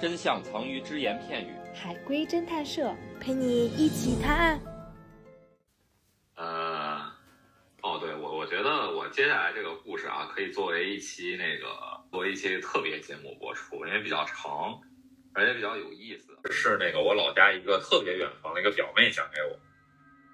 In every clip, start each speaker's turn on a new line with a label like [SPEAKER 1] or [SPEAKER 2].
[SPEAKER 1] 真相藏于只言片语。
[SPEAKER 2] 海龟侦探社陪你一起探案。
[SPEAKER 3] 呃，哦，对我，我觉得我接下来这个故事啊，可以作为一期那个作为一期特别节目播出，因为比较长，而且比较有意思。是那个我老家一个特别远房的一个表妹讲给我，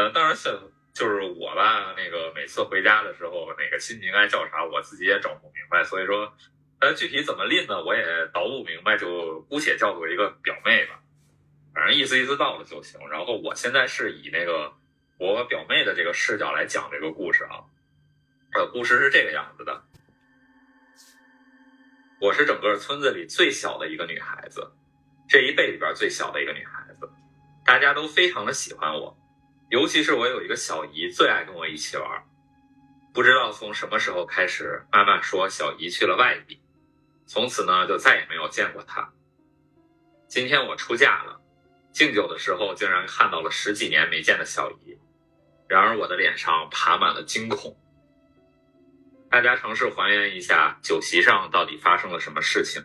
[SPEAKER 3] 呃，当然现就是我吧，那个每次回家的时候，哪个亲戚应该叫啥，我自己也整不明白，所以说，呃，具体怎么拎呢，我也倒不明白，就姑且叫做一个表妹吧，反正意思意思到了就行。然后我现在是以那个。我表妹的这个视角来讲这个故事啊，呃，故事是这个样子的。我是整个村子里最小的一个女孩子，这一辈里边最小的一个女孩子，大家都非常的喜欢我，尤其是我有一个小姨最爱跟我一起玩。不知道从什么时候开始，妈妈说小姨去了外地，从此呢就再也没有见过她。今天我出嫁了，敬酒的时候竟然看到了十几年没见的小姨。然而我的脸上爬满了惊恐。大家尝试还原一下酒席上到底发生了什么事情。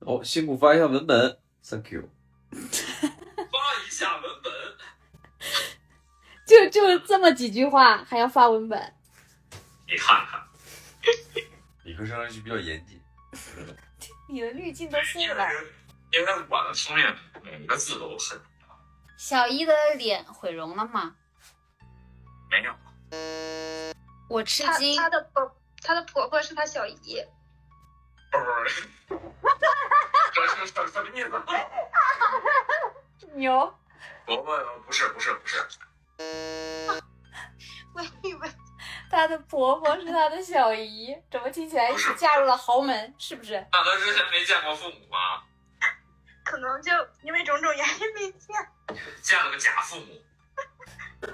[SPEAKER 4] 哦，辛苦发一下文本，Thank you。
[SPEAKER 3] 发一下文本，
[SPEAKER 2] 就就这么几句话，还要发文本，
[SPEAKER 3] 你看看，
[SPEAKER 4] 理科生上去比较严谨，
[SPEAKER 5] 你的滤镜都
[SPEAKER 3] 因
[SPEAKER 5] 碎
[SPEAKER 3] 为
[SPEAKER 5] 了。
[SPEAKER 3] 因为我的方面每个字都很
[SPEAKER 5] 小姨的脸毁容了吗？
[SPEAKER 3] 没有，
[SPEAKER 5] 我吃
[SPEAKER 6] 她
[SPEAKER 5] 惊，
[SPEAKER 6] 她的婆她的婆婆是她小姨，
[SPEAKER 3] 不是不是，这是什什么意思？
[SPEAKER 5] 牛，
[SPEAKER 3] 我问不是不是不是，
[SPEAKER 6] 我以为
[SPEAKER 5] 她的婆婆是她的小姨，怎么听起来
[SPEAKER 3] 不是
[SPEAKER 5] 是嫁入了豪门？是不是？
[SPEAKER 3] 那他之前没见过父母吗？
[SPEAKER 6] 可能就因为种种原因没见。
[SPEAKER 3] 见了个假父母。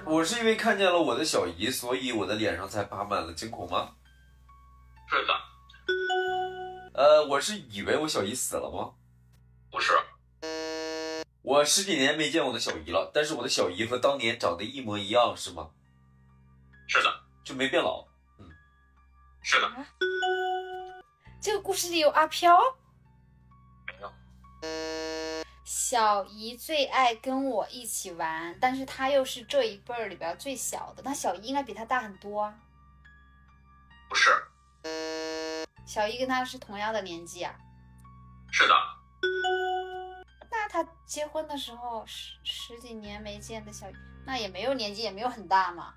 [SPEAKER 4] 我是因为看见了我的小姨，所以我的脸上才爬满了惊恐吗？
[SPEAKER 3] 是的，
[SPEAKER 4] 呃，我是以为我小姨死了吗？
[SPEAKER 3] 不是，
[SPEAKER 4] 我十几年没见我的小姨了，但是我的小姨和当年长得一模一样，是吗？
[SPEAKER 3] 是的，
[SPEAKER 4] 就没变老。
[SPEAKER 3] 是的，
[SPEAKER 5] 这个故事里有阿飘。
[SPEAKER 3] 没有，
[SPEAKER 5] 小姨最爱跟我一起玩，但是她又是这一辈儿里边最小的，那小姨应该比她大很多啊。
[SPEAKER 3] 不是，
[SPEAKER 5] 小姨跟她是同样的年纪啊，
[SPEAKER 3] 是的，
[SPEAKER 5] 那她结婚的时候十十几年没见的小姨，那也没有年纪也没有很大嘛。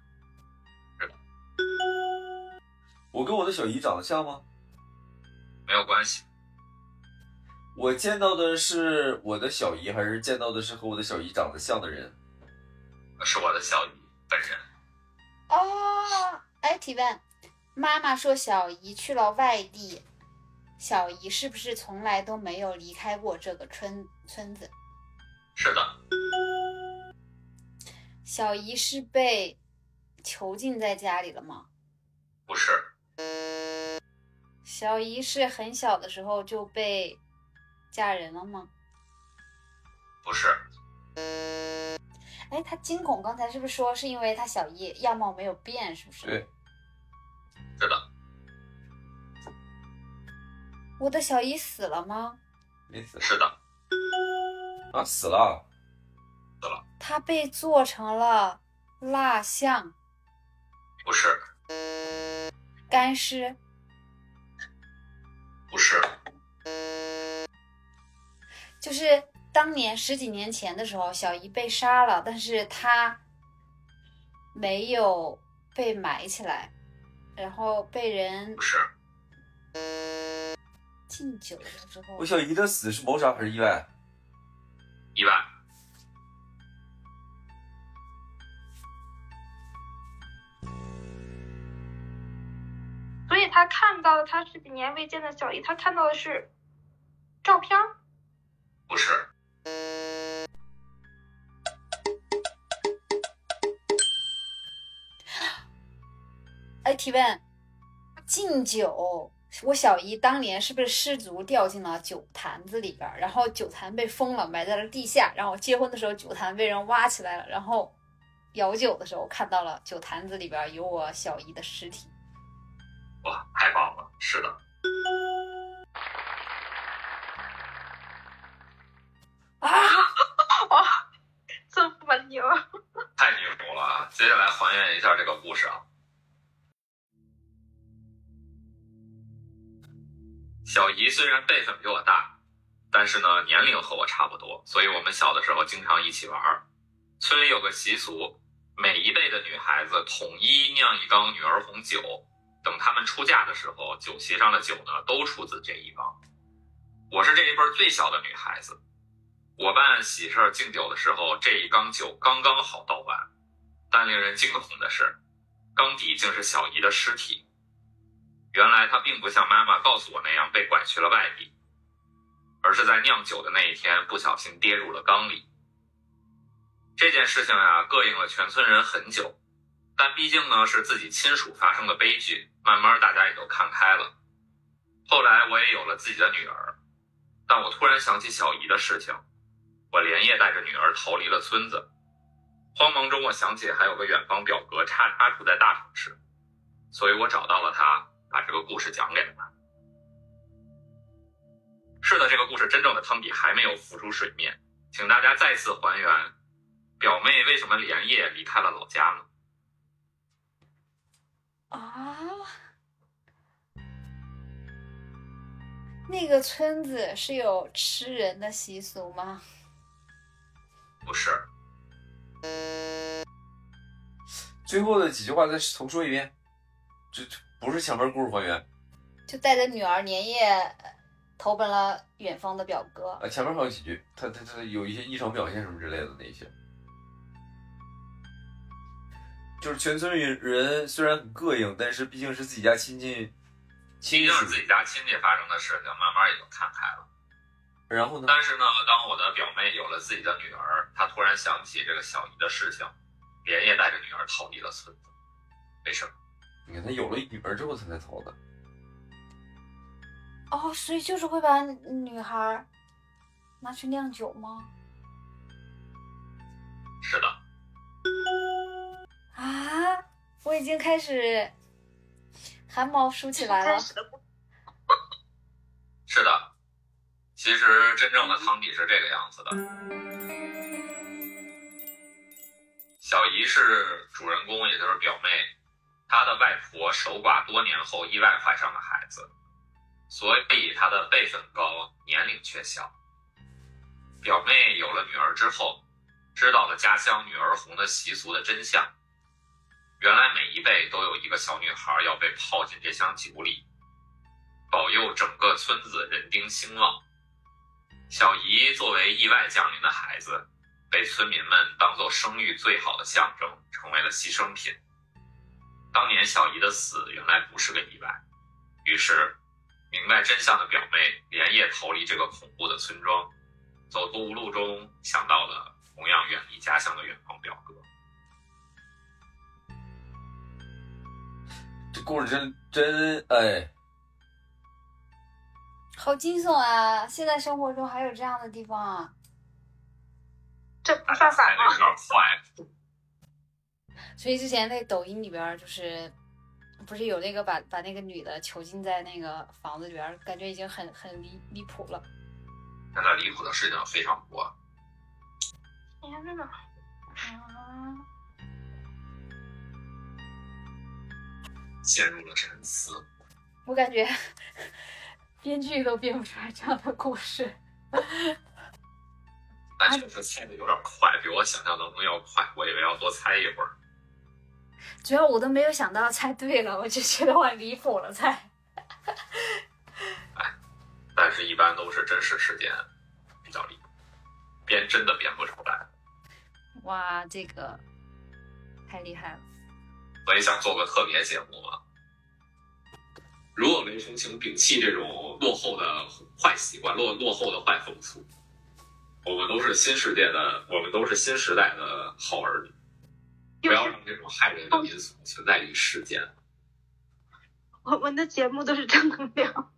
[SPEAKER 4] 我跟我的小姨长得像吗？
[SPEAKER 3] 没有关系，
[SPEAKER 4] 我见到的是我的小姨，还是见到的是和我的小姨长得像的人？
[SPEAKER 3] 是我的小姨本人。
[SPEAKER 5] 哦，哎，提问，妈妈说小姨去了外地，小姨是不是从来都没有离开过这个村村子？
[SPEAKER 3] 是的，
[SPEAKER 5] 小姨是被囚禁在家里了吗？
[SPEAKER 3] 不是，
[SPEAKER 5] 小姨是很小的时候就被嫁人了吗？
[SPEAKER 3] 不是，
[SPEAKER 5] 哎，她惊恐，刚才是不是说是因为她小姨样貌没有变，是不是？
[SPEAKER 4] 对，
[SPEAKER 3] 是的，
[SPEAKER 5] 我的小姨死了吗？
[SPEAKER 4] 没死
[SPEAKER 3] 是的，
[SPEAKER 4] 啊，死了。
[SPEAKER 5] 她被做成了蜡像、
[SPEAKER 3] 不是，
[SPEAKER 5] 干尸。
[SPEAKER 3] 不是，
[SPEAKER 5] 就是当年十几年前的时候，小姨被杀了，但是她没有被埋起来，然后被人
[SPEAKER 3] 不是，
[SPEAKER 5] 敬酒的时候
[SPEAKER 4] 我，小姨的死是谋杀还是意外？
[SPEAKER 3] 意外。
[SPEAKER 6] 所以她看到了她十几年未见的小姨，她看到的是照片儿。
[SPEAKER 3] 不是，
[SPEAKER 5] 哎，提问，敬酒，我小姨当年是不是失足掉进了酒坛子里边儿，然后酒坛被封了，埋在了地下，然后结婚的时候酒坛被人挖起来了，然后舀酒的时候看到了酒坛子里边儿有我小姨的尸体。
[SPEAKER 3] 哇，太棒了！是的，
[SPEAKER 5] 啊，
[SPEAKER 6] 哇，这么牛！
[SPEAKER 3] 太牛了啊！接下来还原一下这个故事啊。小姨虽然辈分比我大，但是呢年龄和我差不多，所以我们小的时候经常一起玩儿。村里有个习俗，每一辈的女孩子统一酿一缸女儿红酒，等她们出嫁的时候，酒席上的酒呢都出自这一缸。我是这一辈儿最小的女孩子，我办喜事儿敬酒的时候，这一缸酒刚刚好倒完，但令人惊恐的是，缸底竟是小姨的尸体。原来她并不像妈妈告诉我那样被拐去了外地，而是在酿酒的那一天不小心跌入了缸里。这件事情呀、膈应了全村人很久，但毕竟呢是自己亲属发生的悲剧，慢慢大家也都看开了。后来我也有了自己的女儿，但我突然想起小姨的事情，我连夜带着女儿逃离了村子。慌忙中，我想起还有个远方表哥叉叉住在大城市，所以我找到了他，把这个故事讲给了他。是的，这个故事真正的汤底还没有浮出水面，请大家再次还原表妹为什么连夜离开了老家呢？
[SPEAKER 5] 啊，那个村子是有吃人的习俗吗？
[SPEAKER 3] 不是，
[SPEAKER 4] 最后的几句话再重说一遍，这这不是前面故事还原
[SPEAKER 5] 就带着女儿连夜呃投奔了远方的表哥。
[SPEAKER 4] 啊，前面还有几句，他他他有一些异常表现什么之类的那一些，就是全村人人虽然很膈应，但是毕竟是自己家亲戚
[SPEAKER 3] 毕
[SPEAKER 4] 亲
[SPEAKER 3] 竟
[SPEAKER 4] 属
[SPEAKER 3] 是，自己家亲戚发生的事情，慢慢也就看开了。
[SPEAKER 4] 然后呢，
[SPEAKER 3] 但是呢，当我的表妹有了自己的女儿，她突然想起这个小姨的事情，连夜带着女儿逃离了村子。没事儿，
[SPEAKER 4] 你看他有了女儿之后他才逃的，
[SPEAKER 5] 哦，所以就是会把女孩儿拿去酿酒吗？
[SPEAKER 3] 是的，
[SPEAKER 5] 啊，我已经开始汗毛竖起来
[SPEAKER 6] 开
[SPEAKER 5] 了。
[SPEAKER 6] 始的故
[SPEAKER 3] 是的。其实真正的汤底是这个样子的。小姨是主人公，也就是表妹，她的外婆守寡多年后意外怀上了孩子，所以她的辈分高，年龄却小。表妹有了女儿之后，知道了家乡女儿红的习俗的真相。原来每一辈都有一个小女孩要被泡进这箱酒里，保佑整个村子人丁兴旺。小姨作为意外降临的孩子，被村民们当做生育最好的象征，成为了牺牲品。当年小姨的死原来不是个意外，于是明白真相的表妹连夜逃离这个恐怖的村庄，走投无路中想到了同样远离家乡的远方表哥。
[SPEAKER 4] 这故事真真哎，
[SPEAKER 5] 好惊悚啊！现在生活中还有这样的地方啊，
[SPEAKER 6] 这不算
[SPEAKER 3] 还
[SPEAKER 6] 反
[SPEAKER 3] 有
[SPEAKER 6] 吗？
[SPEAKER 3] 点坏，
[SPEAKER 5] 所以之前那抖音里边儿就是，不是有那个把把那个女的囚禁在那个房子里边儿，感觉已经很很离离谱了。
[SPEAKER 3] 现在离谱的事情非常多。
[SPEAKER 6] 天呐，
[SPEAKER 5] 啊，
[SPEAKER 3] 陷入了沉思。
[SPEAKER 5] 我感觉编剧都编不出来这样的故事。
[SPEAKER 3] 但确实猜的有点快，比我想象当中要快。我以为要多猜一会儿。
[SPEAKER 5] 主要我都没有想到猜对了，我就觉得我离谱了猜。
[SPEAKER 3] 但是一般都是真实事件比较离谱，编真的编不出来，
[SPEAKER 5] 哇，这个太厉 害了！
[SPEAKER 3] 所以想做个特别节目嘛。如果没风，请摒弃这种落后的坏习惯，落落后的坏风俗。我们都是新世界的，我们都是新时代的好儿女，
[SPEAKER 6] 就
[SPEAKER 3] 不要
[SPEAKER 6] 是
[SPEAKER 3] 让这种害人的民俗存在于世间。
[SPEAKER 6] 我们的节目都是正能量，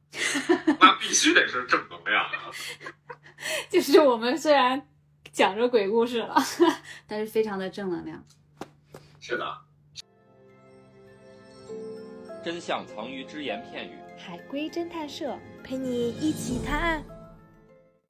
[SPEAKER 3] 那必须得是正能量啊！
[SPEAKER 2] 就是我们虽然讲着鬼故事了，
[SPEAKER 5] 但是非常的正能量。
[SPEAKER 3] 是的。
[SPEAKER 1] 真相藏于只言片语。
[SPEAKER 7] 海龟侦探社陪你一起探案。